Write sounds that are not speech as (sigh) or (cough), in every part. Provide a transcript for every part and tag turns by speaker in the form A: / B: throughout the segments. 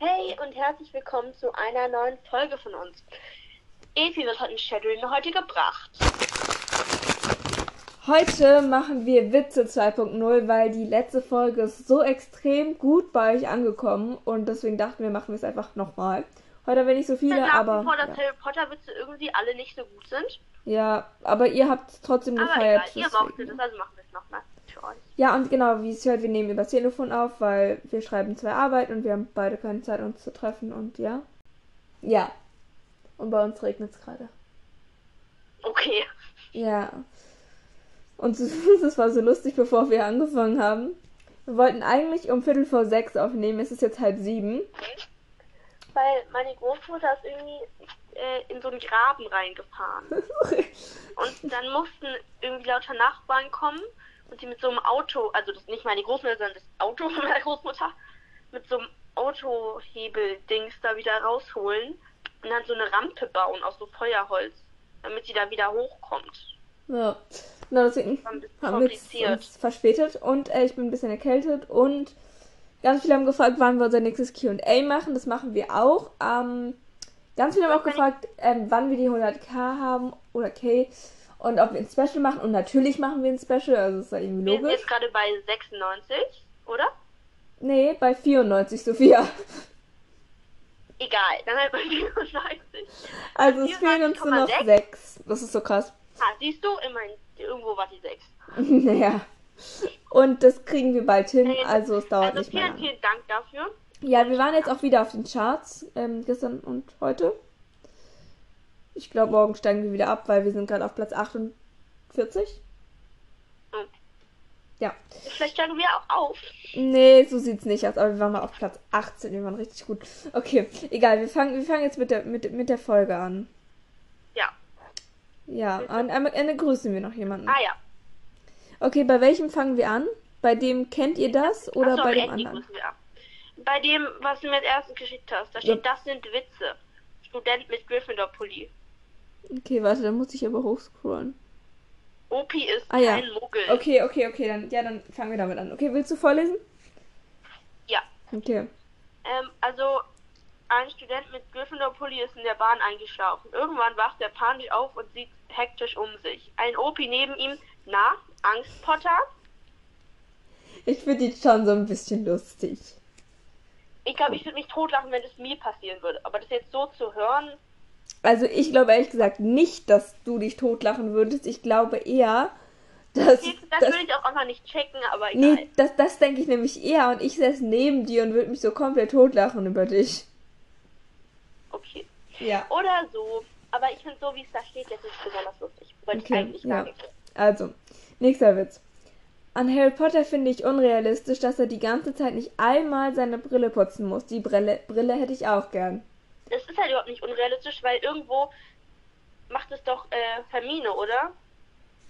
A: Hi und herzlich willkommen zu einer neuen Folge von uns. Evi, was hat ein Shadowin heute gebracht?
B: Heute machen wir Witze 2.0, weil die letzte Folge ist so extrem gut bei euch angekommen und deswegen dachten wir, machen wir es einfach nochmal. Heute haben wir nicht so
A: Wir
B: viele,
A: sagten
B: aber
A: vor, dass
B: ja.
A: Harry Potter Witze irgendwie alle nicht so gut sind.
B: ja, aber ihr habt es trotzdem
A: Aber
B: gefeiert.
A: egal, ihr
B: deswegen.
A: mochtet es, also machen wir es nochmal für euch.
B: Ja, und genau, wie es hört, wir nehmen übers Telefon auf, weil wir schreiben zwei Arbeit und wir haben beide keine Zeit, uns zu treffen und ja. Ja. Und bei uns regnet es gerade.
A: Okay.
B: Ja. Und (laughs) das war so lustig, bevor wir angefangen haben. Wir wollten eigentlich um Viertel vor sechs aufnehmen, es ist jetzt halb sieben.
A: Weil meine Großmutter ist irgendwie äh, in so einen Graben reingefahren.
B: (laughs)
A: Und dann mussten irgendwie lauter Nachbarn kommen und sie mit so einem Auto, also das ist nicht meine Großmutter, sondern das Auto (laughs) von meiner Großmutter, mit so einem Autohebel-Dings da wieder rausholen und dann so eine Rampe bauen aus so Feuerholz, damit sie da wieder hochkommt.
B: ja. Genau, deswegen
A: War ein bisschen
B: haben wir jetzt
A: kompliziert.
B: uns verspätet und äh, ich bin ein bisschen erkältet und ganz viele haben gefragt, wann wir unser nächstes Q&A machen. Das machen wir auch. Ähm, ganz viele haben auch gefragt, ähm, wann wir die 100k haben oder K und ob wir ein Special machen. Und natürlich machen wir ein Special, also ist ja irgendwie
A: Wir sind
B: logisch.
A: jetzt gerade bei 96, oder?
B: Nee, bei 94, Sophia.
A: Egal, dann halt bei (laughs) 94.
B: Also es fehlen uns nur noch
A: 94,6.
B: sechs. Das ist so krass. (laughs)
A: Ah, siehst du, immerhin, irgendwo war die 6.
B: naja. Und das kriegen wir bald hin,
A: Äh,
B: also es dauert
A: Also
B: nicht mehr
A: vielen,
B: lange.
A: vielen Dank dafür.
B: Ja, wir waren jetzt auch wieder auf den Charts, ähm, gestern und heute. Ich glaube, morgen steigen wir wieder ab, weil wir sind gerade auf Platz 48.
A: Hm.
B: Ja.
A: Vielleicht steigen wir auch auf.
B: Nee, so sieht's nicht aus, aber wir waren mal auf Platz 18, wir waren richtig gut. Okay, egal, wir fangen wir fangen jetzt mit der, mit, mit der Folge an.
A: Ja.
B: Ja, und am Ende grüßen wir noch jemanden.
A: Ah ja.
B: Okay, bei welchem fangen wir an? Bei dem kennt ihr das oder
A: Achso,
B: bei
A: am
B: dem
A: Ende
B: anderen?
A: grüßen wir ab. Bei dem, was du mir als erstes geschickt hast, da steht, das sind Witze. Student mit Gryffindor-Pulli.
B: Okay, warte, dann muss ich aber hochscrollen.
A: Opi ist
B: Ah, ja.
A: kein Muggel.
B: Okay, okay, okay, dann ja, dann fangen wir damit an. Okay, willst du vorlesen?
A: Ja.
B: Okay.
A: Ähm, also, ein Student mit Gryffindor-Pulli ist in der Bahn eingeschlafen. Irgendwann wacht er panisch auf und sieht hektisch um sich. Ein Opi neben ihm, na, Angst, Potter?
B: Ich finde die schon so ein bisschen lustig.
A: Ich glaube, ich würde mich totlachen, wenn das mir passieren würde. Aber das jetzt so zu hören,
B: Also ich glaube ehrlich gesagt nicht, dass du dich totlachen würdest. Ich glaube eher,
A: das,
B: dass. dass
A: würde ich auch einfach nicht checken, aber egal.
B: nee, das, das denke ich nämlich eher und ich säß neben dir und würde mich so komplett totlachen über dich.
A: Okay.
B: Ja.
A: Oder so. Aber ich finde so, wie es da steht, jetzt nicht besonders lustig. Wollte
B: Okay,
A: ich eigentlich gar
B: ja.
A: nicht.
B: Also, nächster Witz. An Harry Potter finde ich unrealistisch, dass er die ganze Zeit nicht einmal seine Brille putzen muss. Die Brille, Brille hätte ich auch gern.
A: Das ist halt überhaupt nicht unrealistisch, weil irgendwo macht es doch äh, Hermine, oder?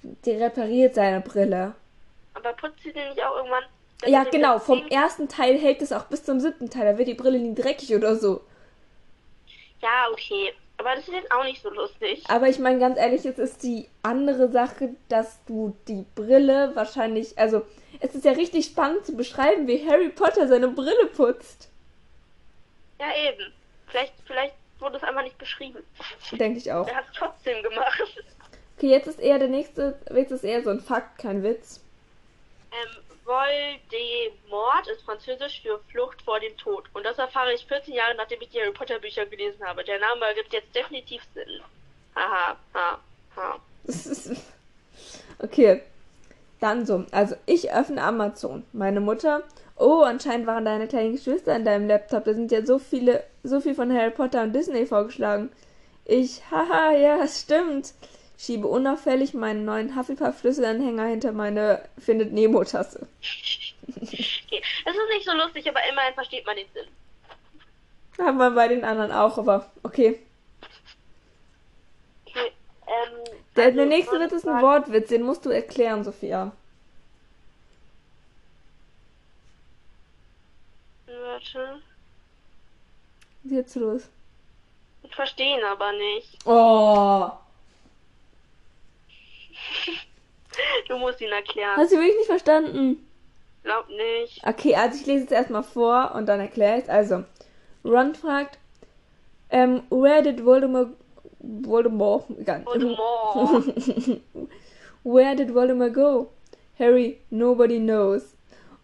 B: Die repariert seine Brille.
A: Aber putzt sie denn nicht auch irgendwann? Wenn
B: Ja,
A: sie
B: genau. Vom
A: wegziehen?
B: ersten Teil hält es auch bis zum siebten Teil. Da wird die Brille nie dreckig oder so.
A: Ja, okay. Aber das ist jetzt auch nicht so lustig.
B: Aber ich meine, ganz ehrlich, es ist die andere Sache, dass du die Brille wahrscheinlich. Also, es ist ja richtig spannend zu beschreiben, wie Harry Potter seine Brille putzt.
A: Ja, eben. Vielleicht, vielleicht wurde es einfach nicht beschrieben.
B: Denke ich auch.
A: Er hat es trotzdem gemacht.
B: Okay, jetzt ist eher der nächste. Witz ist eher so ein Fakt, kein Witz.
A: Ähm, Voldemort ist französisch für Flucht vor dem Tod. Und das erfahre ich 14 Jahre, nachdem ich die Harry Potter Bücher gelesen habe. Der Name ergibt jetzt definitiv Sinn. Haha, ha, ha.
B: Das ist. (laughs) Okay. Dann so. Also, ich öffne Amazon. Meine Mutter. Oh, anscheinend waren deine kleinen Geschwister in deinem Laptop. Da sind ja so viele, so viel von Harry Potter und Disney vorgeschlagen. Ich, haha, ja, es stimmt. Schiebe unauffällig meinen neuen Hufflepuff-Schlüsselanhänger hinter meine Findet Nemo-Tasse.
A: Okay. Es ist nicht so lustig, aber immerhin versteht man den Sinn.
B: Haben wir bei den anderen auch, aber okay.
A: Okay. Ähm,
B: Der,
A: also,
B: der nächste
A: würde
B: Witz
A: ich
B: ist ein
A: sagen,
B: Wortwitz, den musst du erklären, Sophia.
A: Warte.
B: Jetzt los.
A: Ich verstehe ihn aber nicht.
B: Oh.
A: Du musst ihn erklären.
B: Hast du wirklich nicht verstanden?
A: Glaub nicht.
B: Okay, also ich lese es erstmal vor und dann erkläre ich es. Also, Ron fragt, ähm, where did Voldemort, Voldemort, egal.
A: Voldemort.
B: (laughs) where did Voldemort go? Harry, nobody knows.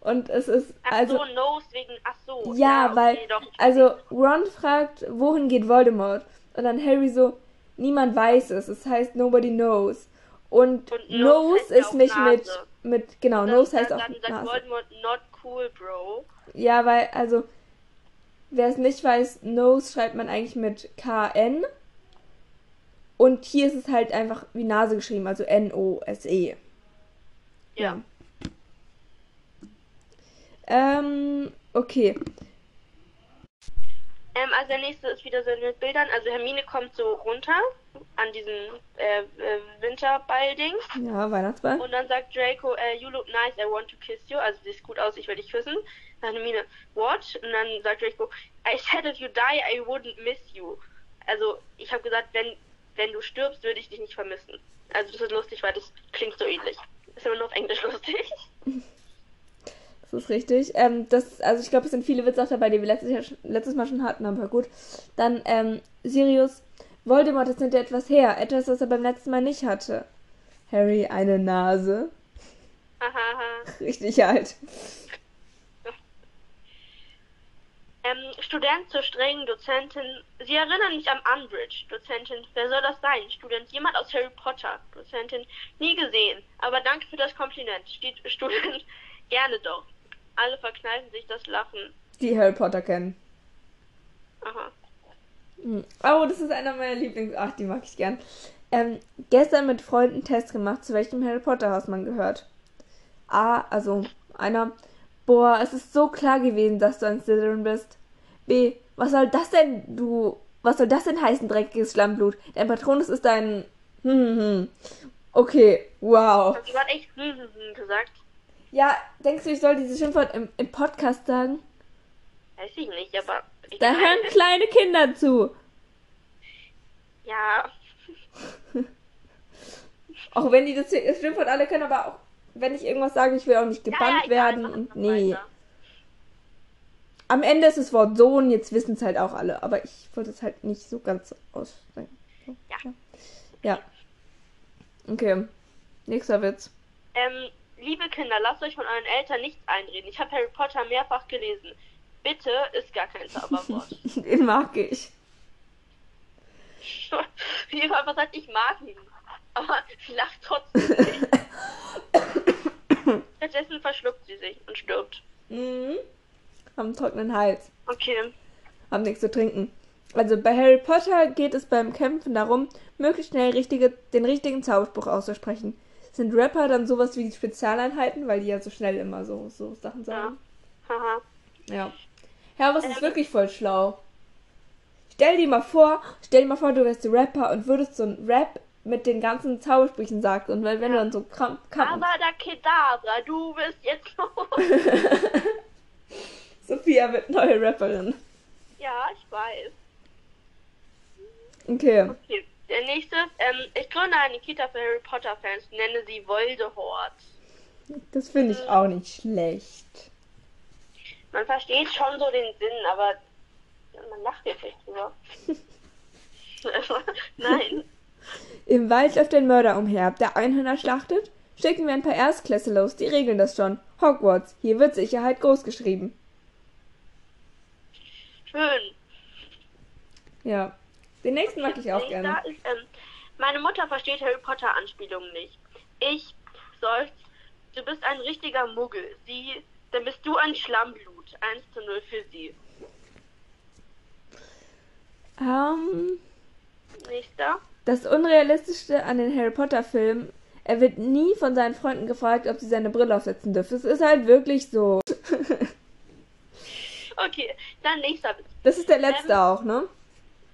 B: Und es ist,
A: Ach
B: also,
A: so, Nose wegen, ach so.
B: ja, weil,
A: okay, doch.
B: also Ron fragt, wohin geht Voldemort? Und dann Harry so, niemand weiß es, es heißt nobody knows. Und,
A: Und Nose
B: knows
A: heißt ja
B: ist
A: auch
B: nicht mit,
A: Nase.
B: mit, genau,
A: Dann-
B: nose heißt
A: dann-
B: auch
A: Dann sagt
B: Nase.
A: Voldemort, not cool, bro.
B: Ja, weil, also, wer es nicht weiß, Nose schreibt man eigentlich mit K-N. Und hier ist es halt einfach wie Nase geschrieben, also N-O-S-E.
A: Ja.
B: Ähm, okay.
A: Ähm, also der nächste ist wieder so mit Bildern. Also Hermine kommt so runter an diesem äh, äh, Winterball-Ding.
B: Ja, Weihnachtsball.
A: Und dann sagt Draco, äh, you look nice, I want to kiss you. Also siehst gut aus, ich will dich küssen. Dann Hermine, what? Und dann sagt Draco, I said if you die, I wouldn't miss you. Also ich habe gesagt, wenn, wenn du stirbst, würde ich dich nicht vermissen. Also das ist lustig, weil das klingt so ähnlich. Ist immer nur auf Englisch (laughs) lustig.
B: Das ist richtig. Ähm, das, also ich glaube, es sind viele Witze auch dabei, die wir letztes, Jahr, schon- letztes Mal schon hatten, aber gut. Dann, ähm, Sirius, Voldemort ist hinter etwas her. Etwas, was er beim letzten Mal nicht hatte. Harry, eine Nase.
A: Hahaha.
B: Richtig alt.
A: Ähm, Student zur strengen Dozentin. Sie erinnern mich an Umbridge. Dozentin, wer soll das sein? Student, jemand aus Harry Potter. Dozentin, nie gesehen. Aber danke für das Kompliment. Sti- (laughs) Student, gerne doch. Alle verkneifen sich das Lachen.
B: Die Harry Potter kennen.
A: Aha.
B: Hm. Oh, das ist einer meiner Lieblings... Ach, die mag ich gern. Ähm, gestern mit Freunden Test gemacht, zu welchem Harry Potter Haus man gehört. A, also einer. Boah, es ist so klar gewesen, dass du ein Slytherin bist. B, was soll das denn, du... Was soll das denn heißen, dreckiges Schlammblut? Dein Patronus ist dein... Hm, hm. Okay, wow.
A: Hast du gerade echt hm, hm, hm gesagt?
B: Ja, denkst du, ich soll dieses Schimpfwort im, im Podcast sagen?
A: Weiß ich nicht, aber.
B: Da hören kleine Kinder zu.
A: Ja.
B: Auch wenn die das das Schimpfwort alle können, aber auch wenn ich irgendwas sage, ich will auch nicht
A: ja,
B: gebannt
A: egal,
B: werden
A: mach
B: und
A: noch
B: nee.
A: weiter.
B: Am Ende ist das Wort Sohn, jetzt wissen es halt auch alle, aber ich wollte es halt nicht so ganz aussprechen.
A: Ja.
B: Ja. Okay. Nächster Witz.
A: Ähm, liebe Kinder, lasst euch von euren Eltern nichts einreden. Ich habe Harry Potter mehrfach gelesen. Bitte ist gar kein
B: (laughs)
A: Zauberwort.
B: Den mag ich.
A: Wie immer einfach sagt, ich mag ihn. Aber sie lacht trotzdem nicht. Stattdessen verschluckt sie sich und stirbt.
B: Mhm. Haben einen trockenen Hals.
A: Okay.
B: haben nichts zu trinken. Also bei Harry Potter geht es beim Kämpfen darum, möglichst schnell richtige, den richtigen Zauberspruch auszusprechen. Sind Rapper dann sowas wie Spezialeinheiten, weil die ja so schnell immer so, so Sachen sagen?
A: Haha.
B: Ja. Ja, was ist
A: Ähm.
B: wirklich voll schlau? Stell dir mal vor, stell dir mal vor, du wärst Rapper und würdest so ein Rap mit den ganzen Zaubersprüchen sagen und weil wenn du dann so kramp, kramp
A: Aber da Kedavra, du bist jetzt (laughs) noch.
B: Sophia wird neue Rapperin.
A: ja, ich weiß.
B: Okay.
A: Okay. Der nächste, ähm, ich gründe eine Kita für Harry Potter Fans, nenne sie Voldemort.
B: Das finde
A: Äh.
B: ich auch nicht schlecht.
A: Man versteht schon so den Sinn, aber man lacht jetzt nicht drüber. (laughs) Nein.
B: Im Wald läuft ein Mörder umher, der Einhörner schlachtet. Schicken wir ein paar Erstklässler los, die regeln das schon. Hogwarts, hier wird Sicherheit großgeschrieben.
A: Schön.
B: Ja. Den nächsten (laughs) mag ich auch
A: Nächster
B: gerne.
A: Ist, ähm, meine Mutter versteht Harry Potter Anspielungen nicht. Ich seufz, du bist ein richtiger Muggel. Sie, dann bist du ein Schlammblut. 1 zu 0 für sie.
B: Ähm,
A: Nächster.
B: das Unrealistischste an den Harry Potter Filmen, er wird nie von seinen Freunden gefragt, ob sie seine Brille aufsetzen dürfen. Es ist halt wirklich so.
A: Okay, dann nächster Witz.
B: Das ist der letzte
A: Ähm.
B: auch, ne?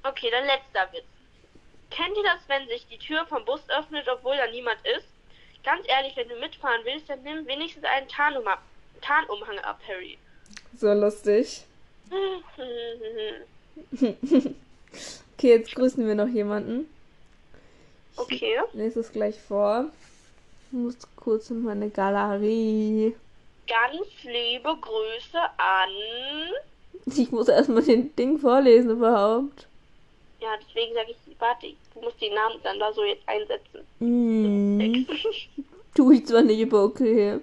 A: Okay, dann letzter Witz. Kennt ihr das, wenn sich die Tür vom Bus öffnet, obwohl da niemand ist? Ganz ehrlich, wenn du mitfahren willst, dann nimm wenigstens einen Tarnum ab, Tarnumhang ab, Harry. (laughs)
B: So lustig. Okay, jetzt grüßen wir noch jemanden.
A: Okay.
B: Lese es gleich vor. Ich muss kurz in meine Galerie.
A: Ganz liebe Grüße an
B: Ich muss erstmal den Ding vorlesen überhaupt.
A: Ja, deswegen sage ich, warte, du musst den Namen dann da so jetzt einsetzen. Mhm.
B: Mm. Tue ich zwar nicht, aber okay.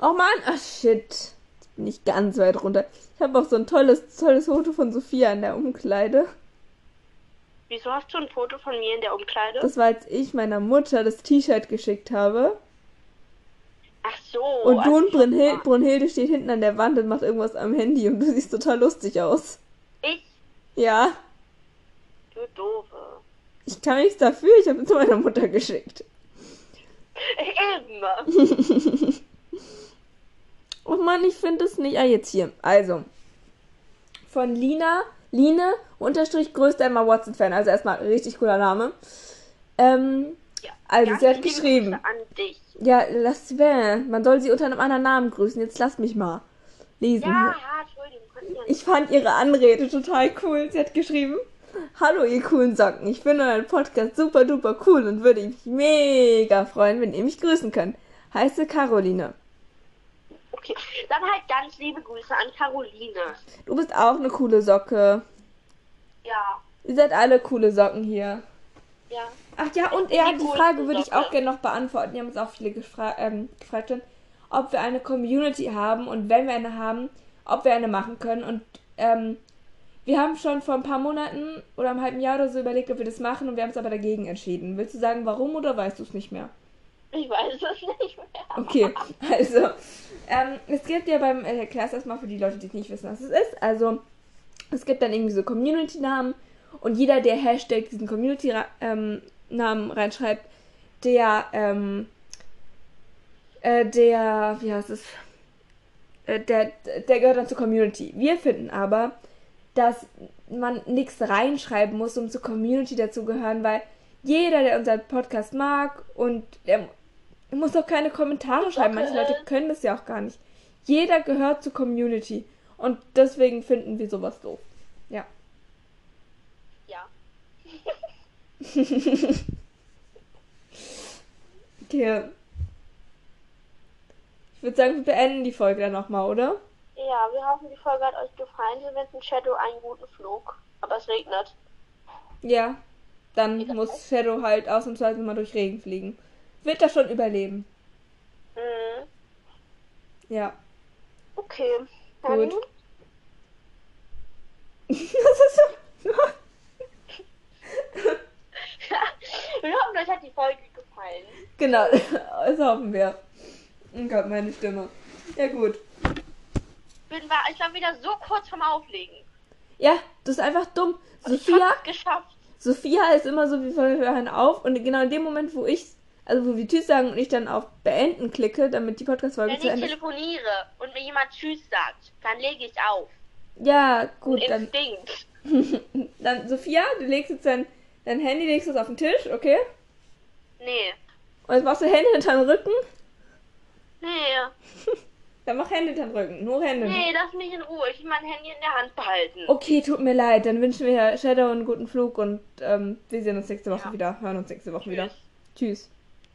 B: Oh man, ach shit. Jetzt bin ich ganz weit runter. Ich habe auch so ein tolles, tolles Foto von Sophia in der Umkleide.
A: (laughs) Wieso hast du ein Foto von mir in der Umkleide?
B: Das war, als ich meiner Mutter das T-Shirt geschickt habe.
A: Ach so.
B: Und du
A: also
B: und
A: ich hab-
B: Brunhil Brunhilde steht hinten an der Wand und macht irgendwas am Handy und du siehst total lustig aus.
A: Ich,
B: Ja,
A: du doofe. (laughs)
B: ich kann nichts dafür. Ich habe es meiner Mutter geschickt.
A: Eben.
B: (laughs) Oh Mann, ich finde es nicht. Ah, jetzt hier. Also. Von Lina, Line, unterstrich größter Emma Watson-Fan. Also erstmal richtig cooler Name. Ähm,
A: Ja,
B: Also,
A: ganz
B: sie hat
A: liebe
B: geschrieben.
A: Grüße An dich.
B: ja, lass sie werden. Man soll sie unter einem anderen Namen grüßen. Jetzt lass mich mal lesen.
A: Ja, ja, Entschuldigung, konnte ja nicht.
B: Mhm. Ich fand ihre Anrede total cool. Sie hat geschrieben: Hallo, ihr coolen Socken. Ich finde euren Podcast super duper cool und würde mich mega freuen, wenn ihr mich grüßen könnt. Heiße Caroline.
A: Okay, dann halt ganz liebe Grüße an Caroline.
B: Du bist auch eine coole Socke.
A: Ja,
B: Ihr seid alle coole Socken hier.
A: ja.
B: Ach ja, und ja, die
A: coole
B: Frage würde ich
A: Socke.
B: auch gerne noch beantworten. Die haben uns auch viele gefra ähm, gefragt, schon, ob wir eine Community haben und wenn wir eine haben, ob wir eine machen können. Und ähm, wir haben schon vor ein paar Monaten oder einem halben Jahr oder so überlegt, ob wir das machen und wir haben es aber dagegen entschieden. Willst du sagen, warum oder weißt du es nicht mehr?
A: Ich weiß es nicht mehr.
B: Okay, also ähm, es gibt ja beim äh, Class erstmal für die Leute, die es nicht wissen, was es ist. Also es gibt dann irgendwie so Community-Namen und jeder, der Hashtag diesen Community-Namen reinschreibt, der, ähm, äh, der, wie heißt es, äh, der, der gehört dann zur Community. Wir finden aber, dass man nichts reinschreiben muss, um zur Community dazugehören, weil jeder, der unseren Podcast mag und der muss auch keine Kommentare schreiben. Manche Leute können das ja auch gar nicht. Jeder gehört zur Community und deswegen finden wir sowas doof. Ja.
A: Ja.
B: Okay. Ich würde sagen, wir beenden die Folge dann nochmal, oder?
A: Ja, wir hoffen, die Folge hat euch gefallen. Wir wünschen Shadow einen guten Flug. Aber es regnet.
B: Ja. Dann
A: Egal.
B: muss Shadow halt ausnahmsweise mal durch Regen fliegen. Wird er schon überleben.
A: Mhm.
B: Ja. (laughs)
A: Okay. Dann
B: Gut. das ist so. (laughs)
A: (laughs) wir hoffen, euch hat die Folge gefallen.
B: genau, (laughs) das hoffen wir. Oh Gott, meine Stimme. Ja, gut.
A: Bin war, ich war wieder so kurz vom Auflegen.
B: Ja, das ist einfach dumm.
A: Und Also ich
B: Sophia,
A: hab's geschafft.
B: Sophia ist immer so, wie wir hören auf. Und genau in dem Moment, wo ich, also wo wir Tschüss sagen und ich dann auf Beenden klicke, damit die Podcast-Folge
A: Wenn
B: zu
A: ich
B: Ende ist.
A: telefoniere und mir jemand Tschüss sagt, dann lege ich auf.
B: Ja, gut, dann,
A: Instinkt.
B: dann Sophia, du legst jetzt dein, dein Handy, legst es auf den Tisch, okay?
A: Nee.
B: Und jetzt machst du Hände hinterm Rücken.
A: Nee.
B: Dann mach Hände hinterm Rücken, nur Hände.
A: Nee, lass mich in Ruhe. Ich will mein Handy in der Hand behalten.
B: Okay, tut mir leid, dann wünschen wir Shadow einen guten Flug und ähm, wir sehen uns nächste Woche
A: Ja.
B: wieder, hören uns nächste Woche wieder. Tschüss.